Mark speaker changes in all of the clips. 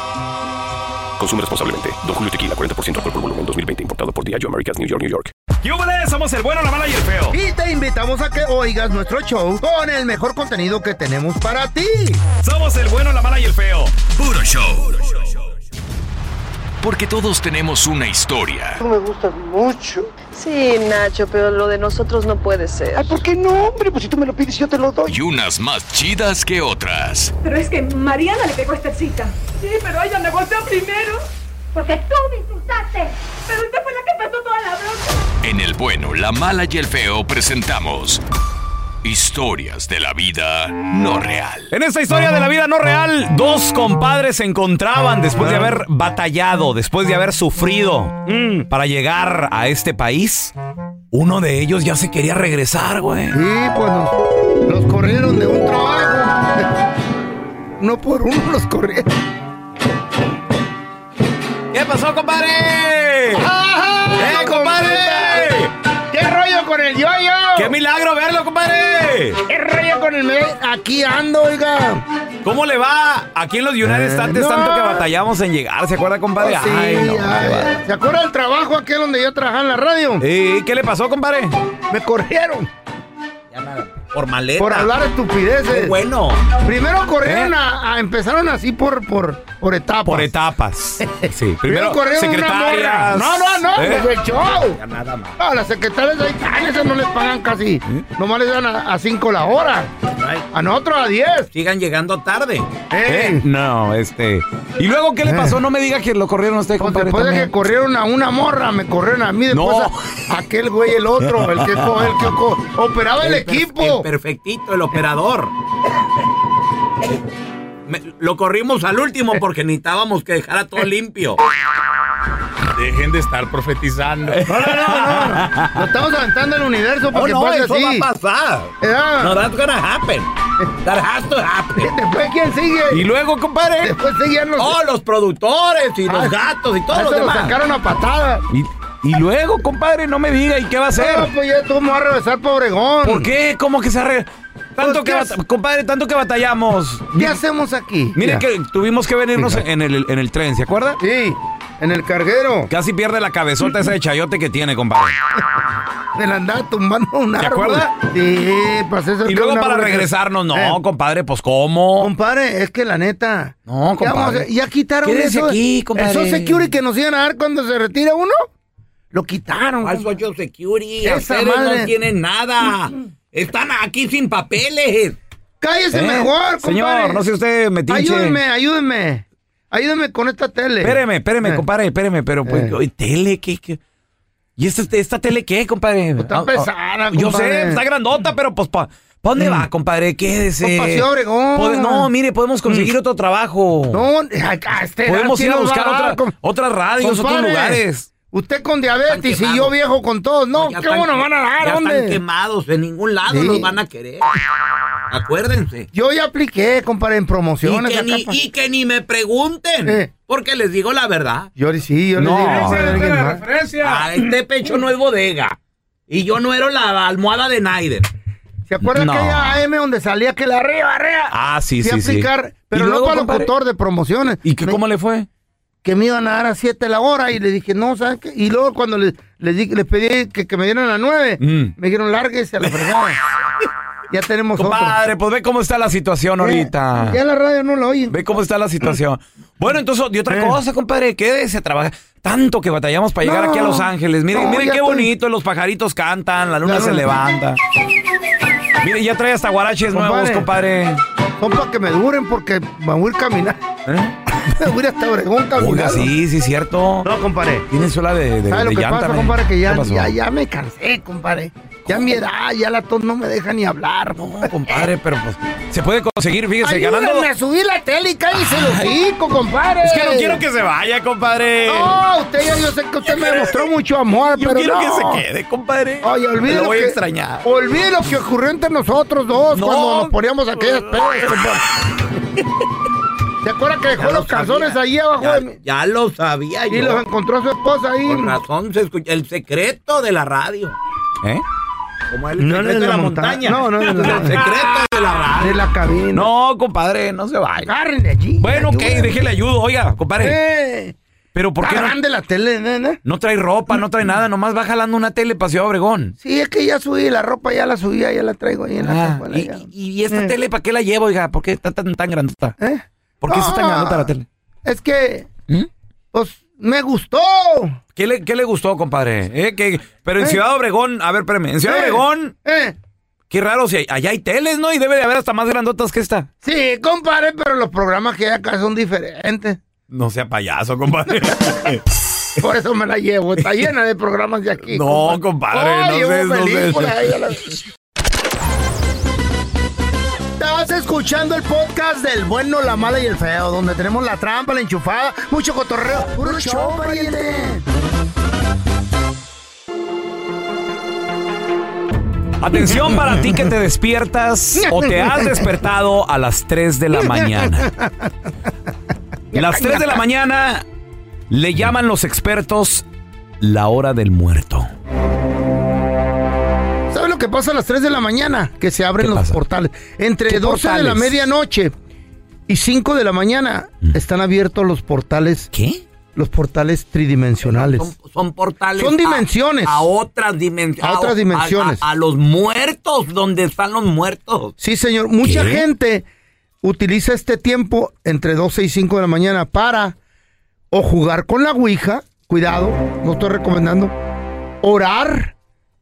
Speaker 1: Consume responsablemente. Don Julio Tequila, 40% alcohol por volumen, 2020. Importado por Diageo Americas, New York, New York.
Speaker 2: ¡Yúbales! Somos el bueno, la mala y el feo.
Speaker 3: Y te invitamos a que oigas nuestro show con el mejor contenido que tenemos para ti.
Speaker 2: Somos el bueno, la mala y el feo.
Speaker 4: Puro show. Porque todos tenemos una historia.
Speaker 5: Tú me gustas mucho.
Speaker 6: Sí, Nacho, pero lo de nosotros no puede ser.
Speaker 5: Ay, ¿por qué no, hombre? Pues si tú me lo pides, yo te lo doy.
Speaker 4: Y unas más chidas que otras.
Speaker 7: Pero es que Mariana le pegó esta cita. Sí, pero ella me golpeó primero. Porque tú me insultaste. Pero usted fue la que pasó toda la bronca.
Speaker 4: En El Bueno, La Mala y El Feo presentamos... Historias de la vida no real.
Speaker 2: En esta historia de la vida no real, dos compadres se encontraban después de haber batallado, después de haber sufrido mm, para llegar a este país. Uno de ellos ya se quería regresar, güey.
Speaker 3: Sí, pues nos, los corrieron de un trabajo. No por uno los corrieron.
Speaker 2: ¿Qué pasó, compadre? ¡Eh, compadre!
Speaker 3: ¿Qué rollo con el yoyo?
Speaker 2: ¡Qué milagro verlo, compadre!
Speaker 3: ¿Qué rollo con el mes? Aquí ando, oiga.
Speaker 2: ¿Cómo le va? Aquí en los United States
Speaker 3: Eh, no. Pues
Speaker 2: tanto que batallamos en llegar, ¿se acuerda, compadre?
Speaker 3: Sí, ay, ¿Se acuerda del trabajo aquel donde yo trabajaba en la radio?
Speaker 2: ¿Y qué le pasó, compadre?
Speaker 3: Me corrieron
Speaker 2: Por maleta.
Speaker 3: por hablar estupideces.
Speaker 2: Qué bueno.
Speaker 3: Primero corrieron
Speaker 2: ¿Eh?
Speaker 3: a, a- empezaron así por por por etapas.
Speaker 2: Por etapas. Sí, primero
Speaker 3: corrieron una morra.
Speaker 2: secretarias.
Speaker 3: No, no, no,
Speaker 2: ¿Eh?
Speaker 3: pues el show.
Speaker 2: nada más.
Speaker 3: No, las secretarias ahí, ay, esas no les pagan casi.
Speaker 2: ¿Eh?
Speaker 3: Nomás les dan a, a cinco la hora. A nosotros a diez.
Speaker 8: Sigan llegando tarde.
Speaker 3: Eh,
Speaker 2: No, este. ¿Y luego qué le pasó? No me diga que lo corrieron a usted,
Speaker 3: Pues
Speaker 2: compadre.
Speaker 3: después de que
Speaker 2: también.
Speaker 3: corrieron a una morra, me corrieron a mí, después
Speaker 2: No.
Speaker 3: a- a aquel güey, el otro, el que, co- el que co- operaba el,
Speaker 8: per-
Speaker 3: equipo.
Speaker 8: el perfectito, el operador. Me- lo corrimos al último porque necesitábamos que dejara todo limpio.
Speaker 1: Dejen de estar profetizando.
Speaker 3: Lo estamos aventando el universo para
Speaker 8: Oh,
Speaker 3: que
Speaker 8: no,
Speaker 3: pase
Speaker 8: eso
Speaker 3: así. Eh, ah,
Speaker 8: va a pasar.
Speaker 3: Ya.
Speaker 8: No, that's gonna happen. That has to happen.
Speaker 3: Después, ¿quién sigue?
Speaker 2: ¿Y luego, compadre?
Speaker 3: Después seguían los...
Speaker 8: Oh, los productores y
Speaker 3: Ah,
Speaker 8: los gatos y
Speaker 3: a
Speaker 8: todos los
Speaker 3: ese lo
Speaker 8: demás.
Speaker 3: sacaron a patadas.
Speaker 2: ¿Y, y luego, compadre? No me diga, ¿y qué va a
Speaker 3: No,
Speaker 2: hacer?
Speaker 3: pues ya tú me vas a regresar, pobregón.
Speaker 2: ¿Por qué? ¿Cómo que se arre...
Speaker 3: Pues,
Speaker 2: Tanto que,
Speaker 3: ¿qué
Speaker 2: bata-
Speaker 3: hace-
Speaker 2: compadre, tanto que batallamos.
Speaker 3: ¿Qué hacemos aquí?
Speaker 2: Mire
Speaker 3: Ya.
Speaker 2: que tuvimos que venirnos en el, en el tren, ¿se acuerda?
Speaker 3: Sí, en el carguero.
Speaker 2: Casi pierde la cabezota esa de chayote que tiene, compadre.
Speaker 3: Me la andaba tumbando un
Speaker 2: ¿Te
Speaker 3: árbol.
Speaker 2: acuerdas?
Speaker 3: Sí, pues eso
Speaker 2: Y
Speaker 3: que
Speaker 2: luego
Speaker 3: un
Speaker 2: para
Speaker 3: árbol-
Speaker 2: regresarnos, no,
Speaker 3: Eh,
Speaker 2: compadre, pues ¿cómo?
Speaker 3: Compadre, es que la neta.
Speaker 2: No,
Speaker 3: ¿qué vamos a
Speaker 2: compadre.
Speaker 3: hacer? Ya quitaron
Speaker 8: Quédese
Speaker 3: eso.
Speaker 8: aquí, compadre.
Speaker 3: Eso security que nos iban a dar cuando se retira uno. Lo quitaron.
Speaker 8: Al
Speaker 3: compadre.
Speaker 8: Social Security,
Speaker 3: Esa
Speaker 8: ustedes
Speaker 3: madre.
Speaker 8: no tienen nada. Están aquí sin papeles.
Speaker 3: Cállese
Speaker 2: ¿Eh?
Speaker 3: mejor, compadre.
Speaker 2: Señor, no sé usted metiche.
Speaker 3: Ayúdeme, ayúdeme. Ayúdeme con esta tele.
Speaker 2: Espéreme, espéreme,
Speaker 3: Eh,
Speaker 2: compadre, espéreme, pero pues,
Speaker 3: Eh.
Speaker 2: oye, tele, ¿qué? qué? ¿Y esta, esta tele qué, compadre?
Speaker 3: Pues Está
Speaker 2: Ah, ah,
Speaker 3: pesada,
Speaker 2: Yo sé,
Speaker 3: compadre.
Speaker 2: está grandota, pero pues, ¿para dónde va, compadre? Quédese.
Speaker 3: Pues, pa' Ciudad Obregón. Mm.
Speaker 2: Pode- no, mire, podemos conseguir otro trabajo.
Speaker 3: No, a- a este
Speaker 2: podemos
Speaker 3: edad, ¿quién
Speaker 2: ir a
Speaker 3: nos
Speaker 2: buscar
Speaker 3: va dar,
Speaker 2: otra-
Speaker 3: com-
Speaker 2: otras radios, otros
Speaker 3: compadre?
Speaker 2: lugares.
Speaker 3: Usted con diabetes
Speaker 8: Están
Speaker 3: y yo
Speaker 8: quemados.
Speaker 3: viejo con todos. No,
Speaker 8: Ya
Speaker 3: ¿cómo
Speaker 8: están-
Speaker 3: nos van a dar?
Speaker 8: Ya
Speaker 3: ¿Dónde?
Speaker 8: están quemados, en ningún lado
Speaker 3: Sí.
Speaker 8: los van a querer. Acuérdense.
Speaker 3: Yo ya apliqué, compadre, en
Speaker 8: Y
Speaker 3: promociones.
Speaker 8: que,
Speaker 3: acá
Speaker 8: ni,
Speaker 3: pa-
Speaker 8: y que ni me pregunten, porque les digo la verdad.
Speaker 3: Yo sí, yo
Speaker 8: No.
Speaker 3: les digo, compadre,
Speaker 8: Ese
Speaker 3: alguien
Speaker 8: era
Speaker 3: más.
Speaker 8: Ah, este pecho no es bodega. Y yo no era la almohada de Naiden.
Speaker 3: ¿Se acuerdan
Speaker 8: No.
Speaker 3: aquella AM donde salía que la arriba, arriba?
Speaker 2: Ah, sí,
Speaker 3: Fui a
Speaker 2: sí, sí.
Speaker 3: aplicar, pero
Speaker 2: ¿Y
Speaker 3: no
Speaker 2: luego,
Speaker 3: para
Speaker 2: compadre?
Speaker 3: locutor de promociones.
Speaker 2: ¿Y qué, cómo le fue?
Speaker 3: Que me iban a dar a 7 la hora y le dije, no, ¿sabes qué? Y luego cuando les, les, di- les pedí que, que me dieran a 9,
Speaker 2: Mm.
Speaker 3: me dijeron, lárguese a la fregada. ya tenemos
Speaker 2: Compadre, pues ve cómo está la situación ahorita.
Speaker 3: otro. Ya la radio no la oyen.
Speaker 2: Ve cómo está la situación. Bueno, entonces, y
Speaker 3: Eh.
Speaker 2: otra cosa, compadre, quédese trabaja Tanto que batallamos para llegar
Speaker 3: No.
Speaker 2: aquí a Los Ángeles. Miren,
Speaker 3: No,
Speaker 2: miren
Speaker 3: ya
Speaker 2: qué
Speaker 3: estoy-
Speaker 2: bonito, los pajaritos cantan, la luna
Speaker 3: La
Speaker 2: se
Speaker 3: luna-
Speaker 2: levanta. Mire, ya trae hasta guaraches nuevos, compadre.
Speaker 3: Son para que me duren porque me voy a ir caminar. me voy a ir hasta Oregón caminando.
Speaker 2: ¿Eh? Oiga, sí, sí, cierto.
Speaker 3: No, compadre.
Speaker 2: Tiene suela de, de,
Speaker 3: ¿Sabes lo
Speaker 2: de
Speaker 3: que
Speaker 2: llanta,
Speaker 3: pasa,
Speaker 2: me?
Speaker 3: compadre? Que ya,
Speaker 2: ¿Qué pasó?
Speaker 3: ya, ya me cansé, compadre. Ya mi edad, ya la tos no me deja ni hablar.
Speaker 2: Compadre, pero pues se puede conseguir, fíjese,
Speaker 3: Ayúdenme
Speaker 2: ganando.
Speaker 3: a subir la tele y cállese el
Speaker 2: Ay.
Speaker 3: hocico, compadre.
Speaker 2: Es que no quiero que se vaya, compadre.
Speaker 3: No, usted ya yo sé que usted me demostró mucho amor,
Speaker 2: Yo
Speaker 3: pero
Speaker 2: quiero
Speaker 3: no.
Speaker 2: que se quede, compadre.
Speaker 3: Oye, olvide
Speaker 2: Lo voy
Speaker 3: que,
Speaker 2: a extrañar.
Speaker 3: Olvide lo que ocurrió entre nosotros dos
Speaker 2: No.
Speaker 3: cuando nos poníamos aquellas pedas, compadre. ¿Se acuerda que dejó
Speaker 8: Ya lo
Speaker 3: los calzones
Speaker 8: sabía.
Speaker 3: ahí abajo
Speaker 8: Ya,
Speaker 3: de mí?
Speaker 8: ya lo sabía yo.
Speaker 3: Y los encontró su esposa ahí.
Speaker 8: Con razón se escucha el secreto de la radio.
Speaker 2: ¿Eh?
Speaker 8: Como el secreto de la montaña.
Speaker 3: No, no, no.
Speaker 8: El secreto de la radio.
Speaker 3: De la cabina.
Speaker 2: No, compadre, no se vaya.
Speaker 3: Agárrenle allí.
Speaker 2: Bueno, ok,
Speaker 3: ayúdenme.
Speaker 2: déjele ayudo. Oiga, compadre.
Speaker 3: Eh,
Speaker 2: Pero ¿por
Speaker 3: está
Speaker 2: qué no,
Speaker 3: grande la tele, nena.
Speaker 2: no trae ropa, no trae nada? Nomás va jalando una tele para Ciudad Obregón.
Speaker 3: Sí, es que ya subí la ropa, ya la subí, ya la traigo ahí en la Eh.
Speaker 2: Ah,
Speaker 3: cajuela,
Speaker 2: y,
Speaker 3: ya.
Speaker 2: y- y esta tele para qué la llevo, oiga? ¿Por qué está tan, tan grandota?
Speaker 3: ¿Eh?
Speaker 2: ¿Por qué está tan
Speaker 3: Ah.
Speaker 2: grandota la tele?
Speaker 3: Es que,
Speaker 2: ¿Mm?
Speaker 3: pues, me gustó.
Speaker 2: ¿Qué le, qué le gustó, compadre? ¿Eh? ¿Qué- Pero en
Speaker 3: Eh.
Speaker 2: Ciudad Obregón, a ver, espérame, en Ciudad
Speaker 3: Eh.
Speaker 2: Obregón,
Speaker 3: ¿Eh?
Speaker 2: qué raro, si hay- allá hay teles, ¿no? Y debe de haber hasta más grandotas que esta.
Speaker 3: Sí, compadre, pero los programas que hay acá son diferentes.
Speaker 2: No sea payaso, compadre.
Speaker 3: Por eso me la llevo. Está llena de programas de aquí.
Speaker 2: No, compadre, no
Speaker 3: llevo
Speaker 2: sé, no sé.
Speaker 3: películas ahí a la- Estás escuchando el podcast del bueno, la mala y el feo, donde tenemos la trampa, la enchufada, mucho cotorreo. ¡Puro show, pariente!
Speaker 2: Atención para ti que te despiertas o te has despertado a las 3 de la mañana. Las 3 de la mañana le llaman los expertos la hora del muerto.
Speaker 3: ¿Sabes lo que pasa a las 3 de la mañana? Que se abren
Speaker 2: ¿Qué
Speaker 3: los
Speaker 2: pasa?
Speaker 3: portales. Entre
Speaker 2: ¿Qué
Speaker 3: 12 de la
Speaker 2: portales? Mm.
Speaker 3: medianoche y 5 de la mañana están abiertos los portales,
Speaker 2: ¿Qué?
Speaker 3: los portales tridimensionales.
Speaker 8: Son, son portales.
Speaker 3: Son
Speaker 8: a-
Speaker 3: dimensiones.
Speaker 8: A, otras dimensiones.
Speaker 3: A otras dimensiones.
Speaker 8: A, a los muertos, donde están los muertos.
Speaker 3: Sí, señor. Mucha
Speaker 2: ¿Qué?
Speaker 3: gente utiliza este tiempo entre 12 y 5 de la mañana para o jugar con la Ouija, cuidado, no estoy recomendando, orar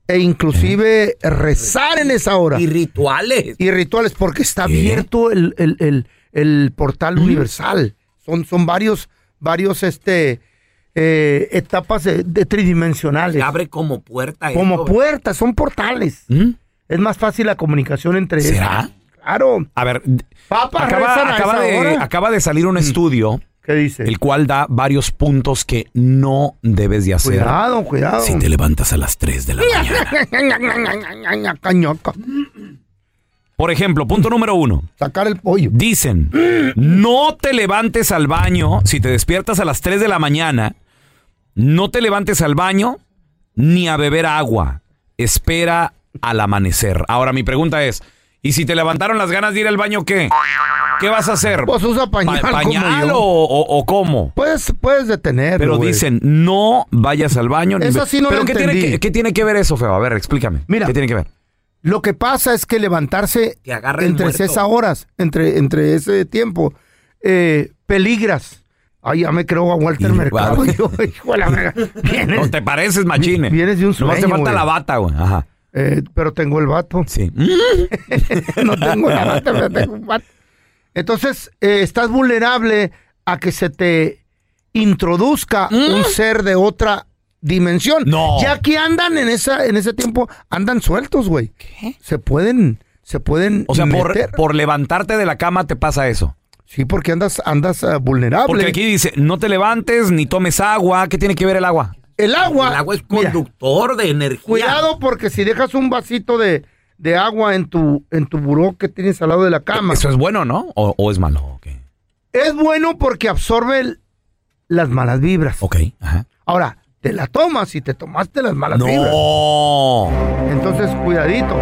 Speaker 3: e inclusive rezar en esa hora.
Speaker 8: Y rituales.
Speaker 3: y rituales porque está
Speaker 2: ¿Qué?
Speaker 3: abierto el, el- el- el portal universal. Son, son varios, varios este, eh, etapas de, de tridimensionales.
Speaker 8: Se abre como puerta.
Speaker 3: Como
Speaker 8: puerta.
Speaker 3: puertas, son portales.
Speaker 2: ¿Mm?
Speaker 3: Es más fácil la comunicación entre
Speaker 2: ¿Será?
Speaker 3: Claro.
Speaker 2: A ver,
Speaker 3: Papas rezan
Speaker 2: acaba,
Speaker 3: a
Speaker 2: acaba
Speaker 3: esa
Speaker 2: de,
Speaker 3: hora. Mm.
Speaker 2: acaba de salir un estudio
Speaker 3: ¿Qué dice?
Speaker 2: el cual da varios puntos que no debes de hacer
Speaker 3: Cuidado, cuidado.
Speaker 2: si te levantas a las 3 de la mañana.
Speaker 3: Cañoca.
Speaker 2: Por ejemplo, punto número uno.
Speaker 3: Sacar el pollo.
Speaker 2: Dicen, no te levantes al baño si te despiertas a las 3 de la mañana. No te levantes al baño ni a beber agua. Espera al amanecer. Ahora mi pregunta es, ¿y si te levantaron las ganas de ir al baño qué? ¿Qué vas a hacer?
Speaker 3: Pues usa pañal,
Speaker 2: Pa-
Speaker 3: como
Speaker 2: ¿Pañal
Speaker 3: yo.
Speaker 2: o, o- o cómo?
Speaker 3: Puedes, puedes detenerlo.
Speaker 2: Pero
Speaker 3: güey.
Speaker 2: dicen, no vayas al baño. ni
Speaker 3: Eso
Speaker 2: be-
Speaker 3: sí no
Speaker 2: ¿Pero
Speaker 3: lo
Speaker 2: qué tiene,
Speaker 3: entendí.
Speaker 2: que, qué tiene que ver eso, Feo? A ver, explícame.
Speaker 3: Mira.
Speaker 2: ¿Qué tiene que ver?
Speaker 3: Lo que pasa es que levantarse
Speaker 8: Te agarra el
Speaker 3: entre
Speaker 8: muerto.
Speaker 3: esas horas, entre, entre ese tiempo, eh, peligras. Ay, ya me creo a Walter
Speaker 2: Y-
Speaker 3: Mercado.
Speaker 2: vale.
Speaker 3: Yo, hijo de la verga. Vienes,
Speaker 2: No te pareces, machine.
Speaker 3: Vi- vienes de un
Speaker 2: Nomás te
Speaker 3: sueño,
Speaker 2: falta
Speaker 3: güey.
Speaker 2: la bata, güey. Ajá.
Speaker 3: eh, pero tengo el vato.
Speaker 2: Sí. Mm.
Speaker 3: No tengo la bata, pero tengo un vato. Entonces, eh, estás vulnerable a que se te introduzca un ser de otra dimensión.
Speaker 2: ¿Mm? No.
Speaker 3: Ya que andan en esa, en ese tiempo, andan sueltos, güey.
Speaker 2: ¿Qué?
Speaker 3: Se pueden, se pueden
Speaker 2: O sea, por,
Speaker 3: meter.
Speaker 2: por levantarte de la cama te pasa eso.
Speaker 3: Sí, porque andas, andas ah, vulnerable.
Speaker 2: Porque aquí dice, no te levantes ni tomes agua. ¿Qué tiene que ver el agua?
Speaker 3: El agua.
Speaker 8: El agua es
Speaker 3: mira,
Speaker 8: conductor de energía.
Speaker 3: cuidado porque si dejas un vasito de, de agua en tu, en tu buró que tienes al lado de la cama.
Speaker 2: ¿Eso es bueno, no? ¿O, o es malo? Ok.
Speaker 3: Es bueno porque absorbe el- las malas vibras.
Speaker 2: Ok, ajá.
Speaker 3: Ahora, te la tomas y te tomaste las malas
Speaker 2: No.
Speaker 3: vibras. Entonces, cuidadito.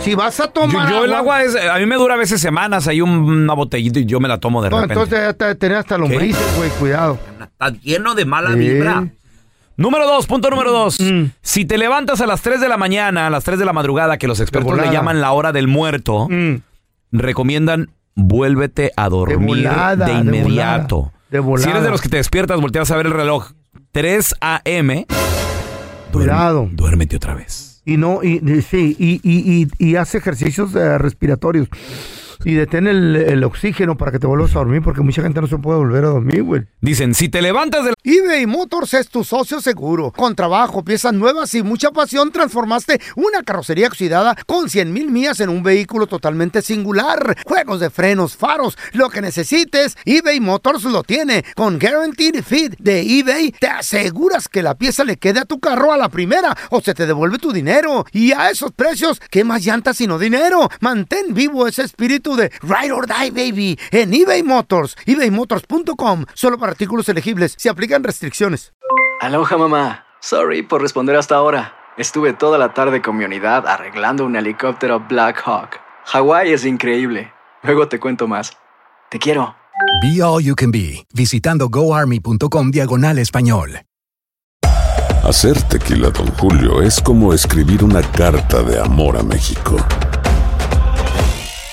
Speaker 3: Si vas a
Speaker 2: Yo,
Speaker 3: tomar
Speaker 2: yo el agua es... A mí me dura a veces semanas. Hay un- una botellita y yo me la tomo de
Speaker 3: No,
Speaker 2: repente.
Speaker 3: entonces ya te- tenés hasta lombrices, güey, cuidado.
Speaker 8: Está lleno de mala
Speaker 2: Sí.
Speaker 8: vibra.
Speaker 2: Número dos, punto
Speaker 3: Mm.
Speaker 2: número dos. Si te levantas a las 3 de la mañana, a las 3 de la madrugada, que los expertos le
Speaker 3: volada. Mm.
Speaker 2: llaman la hora del muerto, recomiendan vuélvete a dormir de,
Speaker 3: volada, de
Speaker 2: inmediato.
Speaker 3: De volada.
Speaker 2: Si eres de los que te despiertas, volteas a ver el reloj. 3 a.m.
Speaker 3: Cuidado.
Speaker 2: Duérmete otra vez.
Speaker 3: Y no, y, y- sí, y, y, y, y haz ejercicios eh, respiratorios. Y detén el, el oxígeno para que te vuelvas a dormir, porque mucha gente no se puede volver a dormir, güey.
Speaker 2: Dicen, si te levantas de la...
Speaker 3: eBay Motors es tu socio seguro. Con trabajo, piezas nuevas y mucha pasión, transformaste una carrocería oxidada con 100 mil millas en un vehículo totalmente singular. Juegos de frenos, faros, lo que necesites, eBay Motors lo tiene. Con Guaranteed Fit de eBay, te aseguras que la pieza le quede a tu carro a la primera o se te devuelve tu dinero. Y a esos precios, ¿qué más llantas sino dinero? Mantén vivo ese espíritu de Ride or Die, baby, en eBay Motors. ebaymotors.com, solo para artículos elegibles. Se aplican restricciones.
Speaker 9: Aloha mamá. Sorry por responder hasta ahora. Estuve toda la tarde con mi unidad arreglando un helicóptero Black Hawk. Hawái es increíble. Luego te cuento más. Te quiero.
Speaker 10: Be All You Can Be, visitando goarmy.com diagonal español.
Speaker 11: Hacer tequila, Don Julio, es como escribir una carta de amor a México.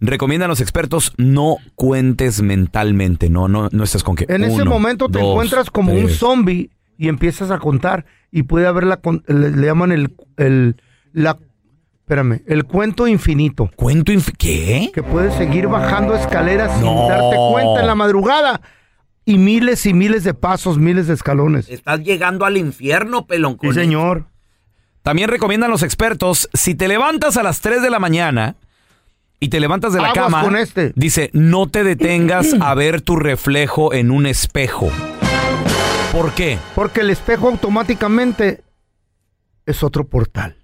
Speaker 2: recomiendan los expertos no cuentes mentalmente, no no no estés con que
Speaker 3: En ese
Speaker 2: uno,
Speaker 3: momento te
Speaker 2: dos,
Speaker 3: encuentras como un
Speaker 2: tres.
Speaker 3: zombie y empiezas a contar. Y puede haber la. con- Le, le llaman el. el la, espérame, el cuento infinito.
Speaker 2: ¿Cuento infinito? ¿Qué?
Speaker 3: Que puedes seguir bajando escaleras
Speaker 2: No.
Speaker 3: sin darte cuenta en la madrugada. Y miles y miles de pasos, miles de escalones.
Speaker 8: Estás llegando al infierno, pelón. con esto.
Speaker 3: señor.
Speaker 2: También recomiendan los expertos, si te levantas a las 3 de la mañana y te levantas de la
Speaker 3: Aguas
Speaker 2: cama,
Speaker 3: con este.
Speaker 2: dice, no te detengas a ver tu reflejo en un espejo. ¿Por qué?
Speaker 3: Porque el espejo automáticamente es otro portal.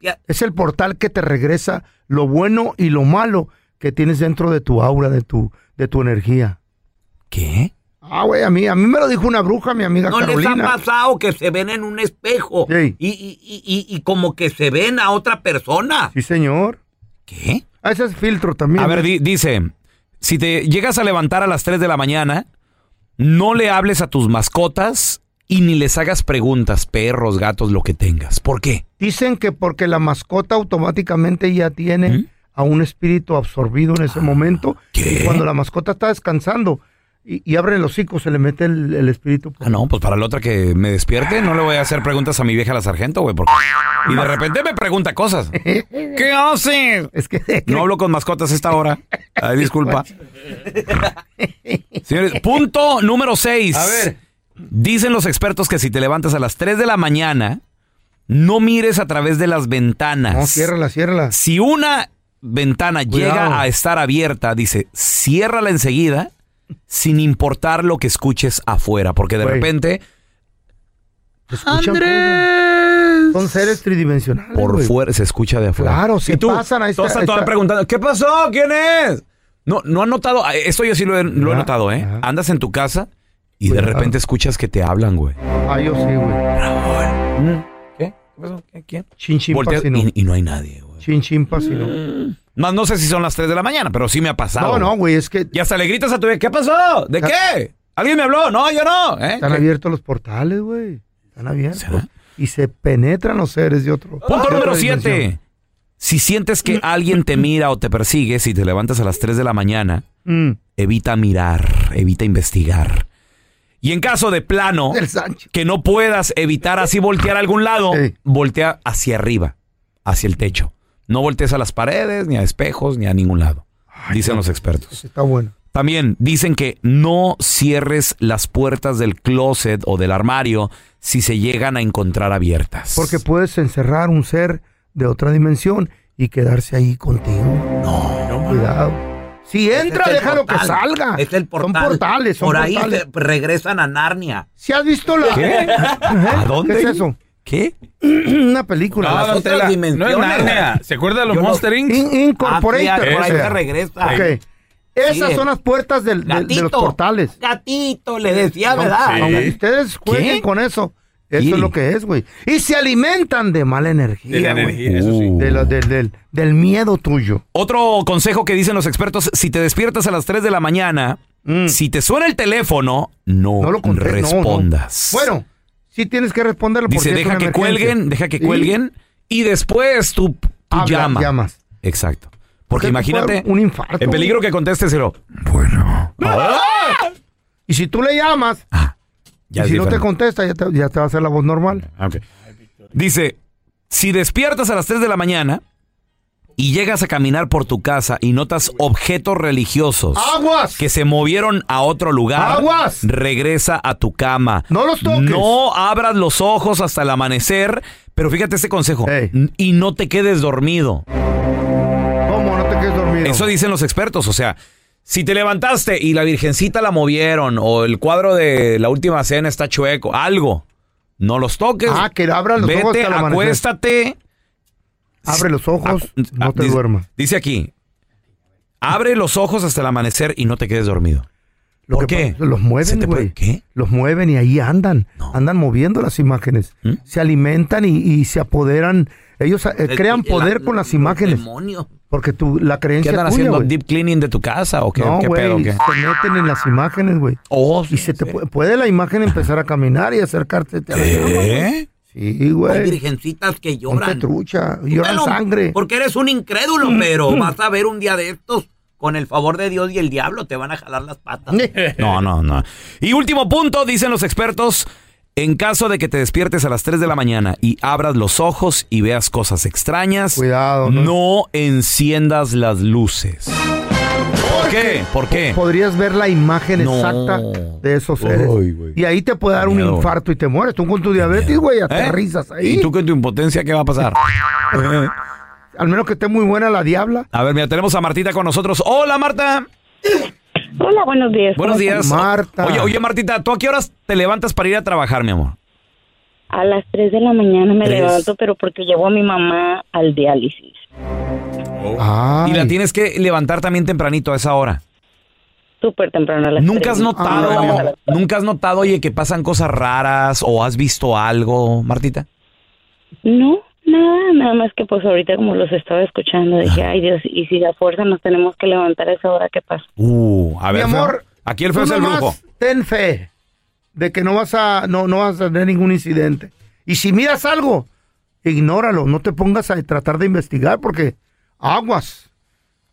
Speaker 8: Ya.
Speaker 3: Es el portal que te regresa lo bueno y lo malo que tienes dentro de tu aura, de tu, de tu energía.
Speaker 2: ¿Qué?
Speaker 3: Ah, güey, a mí, a mí me lo dijo una bruja, mi amiga
Speaker 8: ¿No les ha
Speaker 3: Carolina.
Speaker 8: pasado que se ven en un espejo
Speaker 3: Ey.
Speaker 8: y, y- y- y- y como que se ven a otra persona?
Speaker 3: Sí, señor.
Speaker 2: ¿Qué?
Speaker 3: Ah, ese es filtro también.
Speaker 2: A ver, di- dice, si te llegas a levantar a las 3 de la mañana, no le hables a tus mascotas y ni les hagas preguntas, perros, gatos, lo que tengas. ¿Por qué?
Speaker 3: Dicen que porque la mascota automáticamente ya tiene a un espíritu absorbido en ese momento.
Speaker 2: ¿Mm? Ah, ¿qué?
Speaker 3: Y cuando la mascota está descansando y, y abre el hocico, se le mete el, el espíritu.
Speaker 2: Ah, no, pues para la otra que me despierte, no le voy a hacer preguntas a mi vieja la sargento, güey, porque... Y de repente me pregunta cosas. ¿Qué haces?
Speaker 3: Es que
Speaker 2: No hablo con mascotas a esta hora. Ay, disculpa. Señores, punto número 6.
Speaker 3: A ver.
Speaker 2: Dicen los expertos que si te levantas a las 3 de la mañana, no mires a través de las ventanas.
Speaker 3: No, ciérrala, ciérrala.
Speaker 2: Si una ventana
Speaker 3: Cuidado.
Speaker 2: llega a estar abierta, dice, ciérrala enseguida sin importar lo que escuches afuera, porque de
Speaker 3: Güey.
Speaker 2: repente
Speaker 3: ¿Te escuchan, güey? Son seres tridimensionales.
Speaker 2: por
Speaker 3: güey.
Speaker 2: fuera se escucha de afuera.
Speaker 3: Claro, se
Speaker 2: y tú,
Speaker 3: pasan, ahí está-
Speaker 2: todos
Speaker 3: ahí
Speaker 2: todas
Speaker 3: está.
Speaker 2: preguntando, ¿qué pasó? ¿Quién es? No, no han notado, ah, esto yo sí lo he, lo he
Speaker 3: Ajá,
Speaker 2: notado, ¿eh?
Speaker 3: ajá.
Speaker 2: Andas en tu casa y de
Speaker 3: Cuidado.
Speaker 2: repente escuchas que te hablan, güey.
Speaker 3: Ah, yo sí, güey.
Speaker 2: ¿Qué? ¿Qué pasó? ¿Qué- ¿Quién?
Speaker 3: Chin, chin,
Speaker 2: Volteas
Speaker 3: pasino.
Speaker 2: y, Mm, y no hay nadie, güey.
Speaker 3: Chin, chin, pasino.
Speaker 2: Más no sé si son las 3 de la mañana, pero sí me ha pasado.
Speaker 3: No, no, güey, es que
Speaker 2: Y hasta le gritas a tu vieja, ¿qué pasó? ¿De qué? ¿Alguien me habló? No, yo no. ¿eh?
Speaker 3: están abiertos los portales, güey. Están abiertos.
Speaker 2: ¿Será?
Speaker 3: Y se penetran los seres de otro. de
Speaker 2: Punto
Speaker 3: otra
Speaker 2: número
Speaker 3: dimensión. Mm.
Speaker 2: 7. Si sientes que alguien te mira o te persigue, si te levantas a las 3 de la mañana,
Speaker 3: Mm.
Speaker 2: evita mirar, evita investigar. Y en caso de plano,
Speaker 3: El Sancho.
Speaker 2: que no puedas evitar así voltear a algún lado,
Speaker 3: Ey.
Speaker 2: voltea hacia arriba, hacia el techo. No voltees a las paredes, ni a espejos, ni a ningún lado. dicen los expertos.
Speaker 3: Está bueno.
Speaker 2: También dicen que no cierres las puertas del closet o del armario si se llegan a encontrar abiertas.
Speaker 3: Porque puedes encerrar un ser de otra dimensión y quedarse ahí contigo. No, cuidado. Si entra,
Speaker 8: Este es el
Speaker 3: déjalo que
Speaker 8: portal.
Speaker 3: salga.
Speaker 8: Este es el portal.
Speaker 3: Son portales, son
Speaker 8: Por ahí
Speaker 3: portales.
Speaker 8: te- regresan a Narnia.
Speaker 3: ¿Si has visto la...
Speaker 8: ¿Qué?
Speaker 3: Ajá.
Speaker 8: ¿A dónde?
Speaker 3: ¿Qué es eso?
Speaker 2: ¿Qué?
Speaker 3: Una película.
Speaker 8: No, Las don otras Tela, dimensiones. no es Narnia. ¿Se acuerda de los
Speaker 3: Yo no-
Speaker 8: Monster Inc?
Speaker 3: In- Incorporated.
Speaker 8: Ah, sí, por ahí
Speaker 3: o sea.
Speaker 8: te regresa.
Speaker 3: Ok. Esas
Speaker 8: Sí.
Speaker 3: son las puertas del- de, de los
Speaker 8: Gatito.
Speaker 3: portales.
Speaker 8: Gatito, le decía,
Speaker 3: Aunque-
Speaker 8: ¿verdad?
Speaker 3: aunque ustedes jueguen
Speaker 8: ¿Qué?
Speaker 3: con eso. Eso
Speaker 8: Sí.
Speaker 3: es lo que es, güey. Y se alimentan de mala energía.
Speaker 2: De la
Speaker 3: güey.
Speaker 2: energía, eso sí.
Speaker 3: De la- del- del- del miedo tuyo.
Speaker 2: Otro consejo que dicen los expertos, si te despiertas a las 3 de la mañana, si te suena el teléfono, no,
Speaker 3: Conte- Mm. no, no.
Speaker 2: respondas.
Speaker 3: Bueno, sí tienes que responderle. porque
Speaker 2: Dice,
Speaker 3: es
Speaker 2: deja
Speaker 3: una
Speaker 2: que
Speaker 3: emergencia.
Speaker 2: cuelguen, deja que
Speaker 3: Sí.
Speaker 2: cuelguen y después tú, tú
Speaker 3: Habla,
Speaker 2: llama.
Speaker 3: llamas.
Speaker 2: Exacto. Porque
Speaker 3: Te puede
Speaker 2: imagínate
Speaker 3: dar un infarto.
Speaker 2: el peligro que contestes, pero
Speaker 3: Y si tú le llamas,
Speaker 2: Ah, ya
Speaker 3: y
Speaker 2: es
Speaker 3: si no te
Speaker 2: diferente.
Speaker 3: contesta, ya te, ya te va a hacer la voz normal.
Speaker 2: Ah, ok. Dice, si despiertas a las 3 de la mañana y llegas a caminar por tu casa y notas objetos religiosos
Speaker 3: ¡Aguas!
Speaker 2: que se movieron a otro lugar,
Speaker 3: ¡Aguas!
Speaker 2: regresa a tu cama.
Speaker 3: No los toques.
Speaker 2: No abras los ojos hasta el amanecer, pero fíjate este consejo, n- y no te quedes dormido.
Speaker 3: ¿Cómo no te quedes dormido?
Speaker 2: Eso dicen los expertos, o sea, si te levantaste y la virgencita la movieron o el cuadro de la última cena está chueco, algo, no los toques.
Speaker 3: Ah, que abran los
Speaker 2: Vete,
Speaker 3: ojos hasta el amanecer.
Speaker 2: acuéstate. Ah,
Speaker 3: Abre los ojos, no te
Speaker 2: dice,
Speaker 3: duermas.
Speaker 2: Dice aquí, abre los ojos hasta el amanecer y no te quedes dormido.
Speaker 3: Lo
Speaker 2: ¿Por
Speaker 3: que
Speaker 2: qué?
Speaker 3: pasa- Los mueven, güey. Los mueven y ahí andan. Andan moviendo las imágenes.
Speaker 2: ¿Mm?
Speaker 3: Se alimentan y, y se apoderan. Ellos eh,
Speaker 2: El-
Speaker 3: crean
Speaker 2: el-
Speaker 3: poder
Speaker 2: la-
Speaker 3: con las imágenes. Porque tú, la
Speaker 2: ¿Qué
Speaker 3: creencia
Speaker 2: andan
Speaker 3: tuya,
Speaker 2: haciendo?
Speaker 3: güey.
Speaker 2: ¿Deep cleaning de tu casa o qué,
Speaker 3: no,
Speaker 2: qué
Speaker 3: güey,
Speaker 2: pedo? qué?
Speaker 3: se meten en las imágenes, güey. y se te pu- puede la imagen empezar a caminar y acercarte.
Speaker 2: ¿Qué?
Speaker 3: Sí,
Speaker 8: Hay
Speaker 3: güey.
Speaker 8: virgencitas que
Speaker 3: Ponte
Speaker 8: lloran.
Speaker 3: trucha,
Speaker 8: Tú te
Speaker 3: lloran
Speaker 8: lo-
Speaker 3: sangre.
Speaker 8: Porque eres un incrédulo,
Speaker 2: Mm,
Speaker 8: pero vas a ver un día de estos, con el favor de Dios y el diablo, te van a jalar las patas.
Speaker 2: No, no, no. Y último punto, dicen los expertos, en caso de que te despiertes a las 3 de la mañana y abras los ojos y veas cosas extrañas,
Speaker 3: Cuidado,
Speaker 2: no, enciendas las luces. ¿Por qué? ¿Por qué?
Speaker 3: Podrías ver la imagen
Speaker 2: No.
Speaker 3: exacta de esos seres.
Speaker 2: Uy, güey.
Speaker 3: y ahí te puede dar
Speaker 2: Miedo,
Speaker 3: un
Speaker 2: güey.
Speaker 3: infarto y te mueres. Tú con tu diabetes, güey,
Speaker 2: ¿Eh?
Speaker 3: aterrizas ahí.
Speaker 2: ¿Y tú con tu impotencia qué va a pasar?
Speaker 3: Al menos que esté muy buena la diabla.
Speaker 2: A ver, mira, tenemos a Martita con nosotros. Hola, Marta.
Speaker 12: Hola, buenos días.
Speaker 2: Buenos
Speaker 12: ¿Cómo
Speaker 2: días.
Speaker 12: están?
Speaker 2: Oye, oye, Martita, ¿tú a qué horas te levantas para ir a trabajar, mi amor?
Speaker 12: A las 3 de la mañana me
Speaker 2: Tres.
Speaker 12: levanto, pero porque llevo a mi mamá Ah, al diálisis.
Speaker 2: Oh. Y la tienes que levantar también tempranito a esa hora.
Speaker 12: Súper temprano a las
Speaker 2: ¿Nunca has
Speaker 12: tres.
Speaker 2: notado,
Speaker 12: Ah.
Speaker 2: nunca has notado, oye, que pasan cosas raras o has visto algo, Martita?
Speaker 12: No, nada, nada más que pues ahorita como los estaba escuchando, dije, ay Dios, y si la fuerza nos tenemos que levantar a esa hora, ¿qué pasa?
Speaker 2: Uh, a ver,
Speaker 3: Mi
Speaker 2: feo.
Speaker 3: amor,
Speaker 2: aquí el feo es
Speaker 3: Tú
Speaker 2: el
Speaker 3: nomás
Speaker 2: brujo.
Speaker 3: Ten fe de que no vas a no, no vas a tener ningún incidente. Y si miras algo, ignóralo, no te pongas a tratar de investigar porque aguas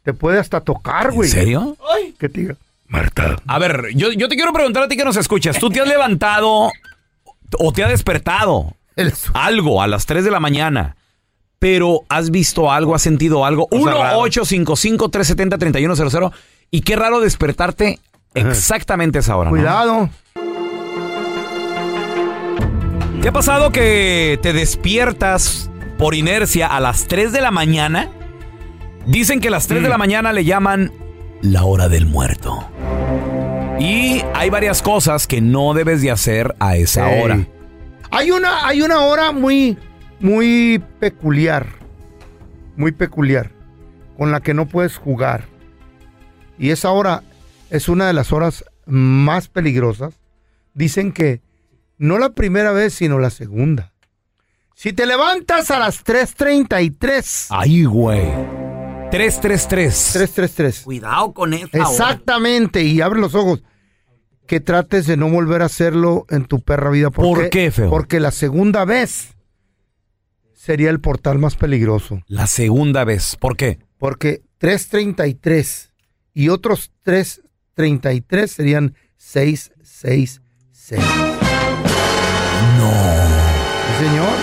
Speaker 3: te puede hasta tocar, güey. ¿En
Speaker 2: serio?
Speaker 3: Que te diga,
Speaker 2: A ver, yo, yo te quiero preguntar a ti que nos escuchas. ¿Tú te has levantado o te ha despertado algo a las 3 de la mañana? Pero has visto algo, has sentido algo. 1-855-370-3100. Y qué raro despertarte exactamente a esa hora. ¿no?
Speaker 3: cuidado.
Speaker 2: ¿Te ha pasado que te despiertas por inercia a las 3 de la mañana? Dicen que las 3
Speaker 3: Mm.
Speaker 2: de la mañana le llaman la hora del muerto. Y hay varias cosas que no debes de hacer a esa
Speaker 3: Ey.
Speaker 2: hora.
Speaker 3: Hay una hay una hora muy muy peculiar. Muy peculiar con la que no puedes jugar. Y esa hora es una de las horas más peligrosas. Dicen que no la primera vez, sino la segunda. Si te levantas a las 3:33.
Speaker 2: Ahí, güey. 333.
Speaker 3: 333.
Speaker 8: Cuidado con esa hora.
Speaker 3: Exactamente, y abre los ojos. Que trates de no volver a hacerlo en tu perra vida.
Speaker 2: ¿Por qué, feo?
Speaker 3: Porque la segunda vez sería el portal más peligroso.
Speaker 2: La segunda vez. ¿Por qué?
Speaker 3: Porque 333 y otros 333 serían 666. No. Señor.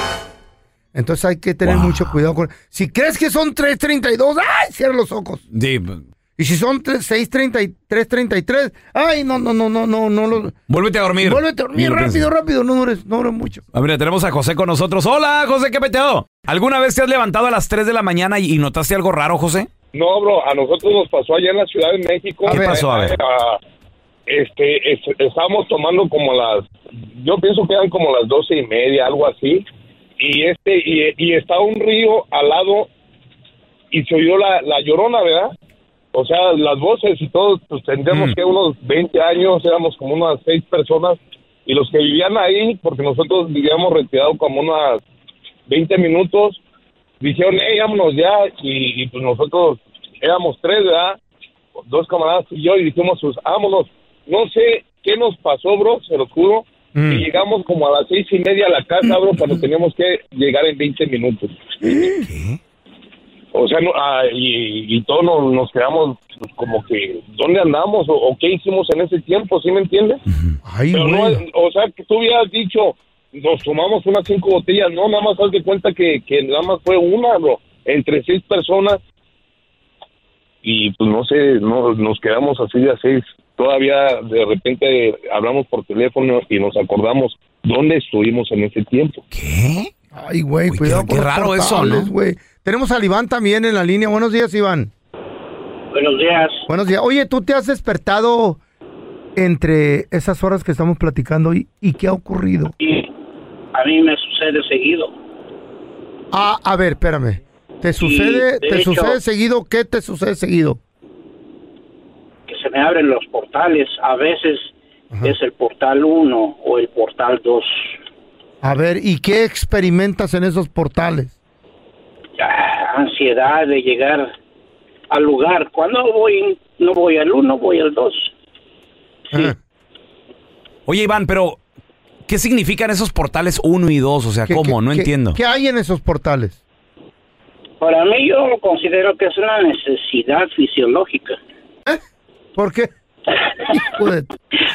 Speaker 3: Entonces hay que tener mucho cuidado con... Si crees que son 332, ¡ay! Cierra los ojos.
Speaker 2: Sí,
Speaker 3: Y Y si son 6.33.33, ay, no, no, no, no, no, no. lo-
Speaker 2: Vuélvete a dormir.
Speaker 3: Vuélvete a dormir
Speaker 2: Mira,
Speaker 3: rápido,
Speaker 2: piensa.
Speaker 3: rápido, no dures, no dures mucho.
Speaker 2: Ah, mira, tenemos a José con nosotros. Hola, José, ¿qué peteo? ¿Alguna vez te has levantado a las 3 de la mañana y, y notaste algo raro, José?
Speaker 13: No, bro, a nosotros nos pasó allá en la Ciudad de México.
Speaker 2: ¿Qué pasó? A ver.
Speaker 13: Ah, este, es- estábamos tomando como las, yo pienso que eran como las doce y media, algo así. Y este, y, y estaba un río al lado y se oyó la, la llorona, ¿verdad? O sea, las voces y todo, pues tendríamos que unos 20 años, éramos como unas seis personas. Y los que vivían ahí, porque nosotros vivíamos retirados como unas 20 minutos, dijeron, hey, vámonos ya, y, y, pues nosotros éramos tres, ¿verdad? Dos camaradas y yo, y dijimos, pues vámonos. No sé qué nos pasó, bro, se lo juro,
Speaker 14: Mm.
Speaker 13: y llegamos como a las seis y media a la casa, bro, cuando teníamos que llegar en 20 minutos. O sea, no, ah, y, y todos nos, nos quedamos pues, como que, ¿dónde andamos o, o qué hicimos en ese tiempo? ¿Sí me entiendes? Pero no
Speaker 14: güey.
Speaker 13: es- o sea, que tú hubieras dicho, nos tomamos unas cinco botellas, no, nada más haz de cuenta que, que nada más fue una, bro, entre seis personas y pues no sé, no, nos quedamos así de a seis. Todavía de repente hablamos por teléfono y nos acordamos dónde estuvimos en ese tiempo.
Speaker 3: Ay, güey, cuidado con los
Speaker 13: raro eso,
Speaker 3: portales, güey. Tenemos a Iván también en la línea. Buenos días, Iván.
Speaker 15: Buenos días.
Speaker 3: Buenos días. Oye, ¿tú te has despertado entre esas horas que estamos platicando y, y qué ha ocurrido?
Speaker 15: Y a mí me sucede seguido.
Speaker 3: Ah, a ver, espérame. ¿Te
Speaker 15: Y,
Speaker 3: sucede,
Speaker 15: de
Speaker 3: te
Speaker 15: hecho-
Speaker 3: sucede seguido? ¿Qué te sucede seguido?
Speaker 15: que se me abren los portales. A veces es el portal 1 o el portal 2.
Speaker 3: A ver, ¿y qué experimentas en esos portales?
Speaker 15: Ansiedad de llegar al lugar. Cuando voy, no voy al 1, voy al 2.
Speaker 2: Oye, Iván, pero ¿qué significan esos portales 1 y 2? O sea,
Speaker 3: ¿Qué-
Speaker 2: ¿cómo?
Speaker 3: qué-
Speaker 2: no
Speaker 3: qué-
Speaker 2: entiendo.
Speaker 3: ¿Qué hay en esos portales?
Speaker 15: Para mí yo lo considero que es una necesidad fisiológica.
Speaker 3: ¿Por qué?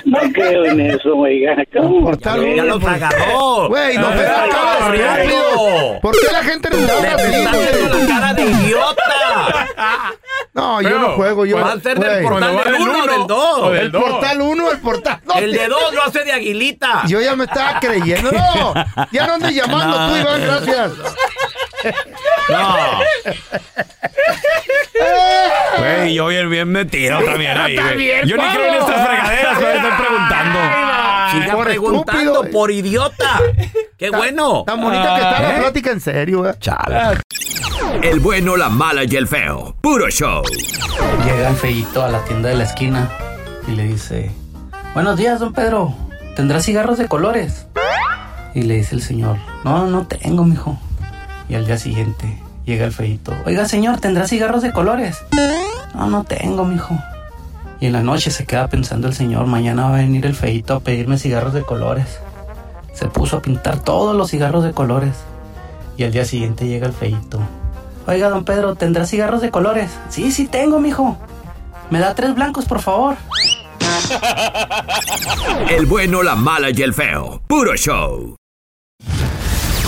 Speaker 15: no creo en eso, oiga. ¿Cómo?
Speaker 3: Ya
Speaker 15: los agarró.
Speaker 3: Güey, no
Speaker 15: pero
Speaker 3: ¿Por qué la gente le habla así, güey?
Speaker 8: cara de idiota.
Speaker 3: No, yo
Speaker 8: Pero,
Speaker 3: no juego. Yo,
Speaker 8: va a ser del
Speaker 3: güey.
Speaker 8: portal Cuando del va del uno o del uno dos. o del
Speaker 3: El
Speaker 8: dos.
Speaker 3: portal 1, el portal 2.
Speaker 8: El de dos lo hace de aguilita.
Speaker 3: Yo ya me estaba creyendo. No, ya no andes llamando
Speaker 8: No.
Speaker 3: tú, Iván, gracias.
Speaker 2: No.
Speaker 3: Eh.
Speaker 2: Güey, yo bien, bien metido también ahí, güey. Yo ni creo en estas fregaderas, pero estoy preguntando.
Speaker 8: Siga
Speaker 3: Por
Speaker 8: preguntando por idiota. Qué bueno.
Speaker 3: Tan bonita que está la plática, en serio, eh.
Speaker 16: Ah, Chale. El bueno, la mala y el feo. Puro show.
Speaker 17: Llega el feíto a la tienda de la esquina y le dice, buenos días, don Pedro, ¿tendrá cigarros de colores? Y le dice el señor, no, no tengo, mijo. Y al día siguiente llega el feíto, oiga, señor, ¿tendrá cigarros de colores? No, no tengo, mijo. Y en la noche se queda pensando el señor, mañana va a venir el feíto a pedirme cigarros de colores. Se puso a pintar todos los cigarros de colores. Y al día siguiente llega el feíto. Oiga, don Pedro, ¿tendrá cigarros de colores? Sí, sí tengo, mijo. ¿Me da tres blancos, por favor?
Speaker 16: El bueno, la mala y el feo. Puro show.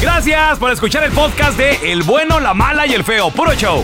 Speaker 2: Gracias por escuchar el podcast de El bueno, la mala y el feo. Puro show.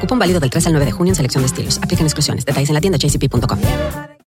Speaker 18: Cupón válido del 3 al 9 de junio en selección de estilos. Aplican exclusiones. Detalles en la tienda jcp.com.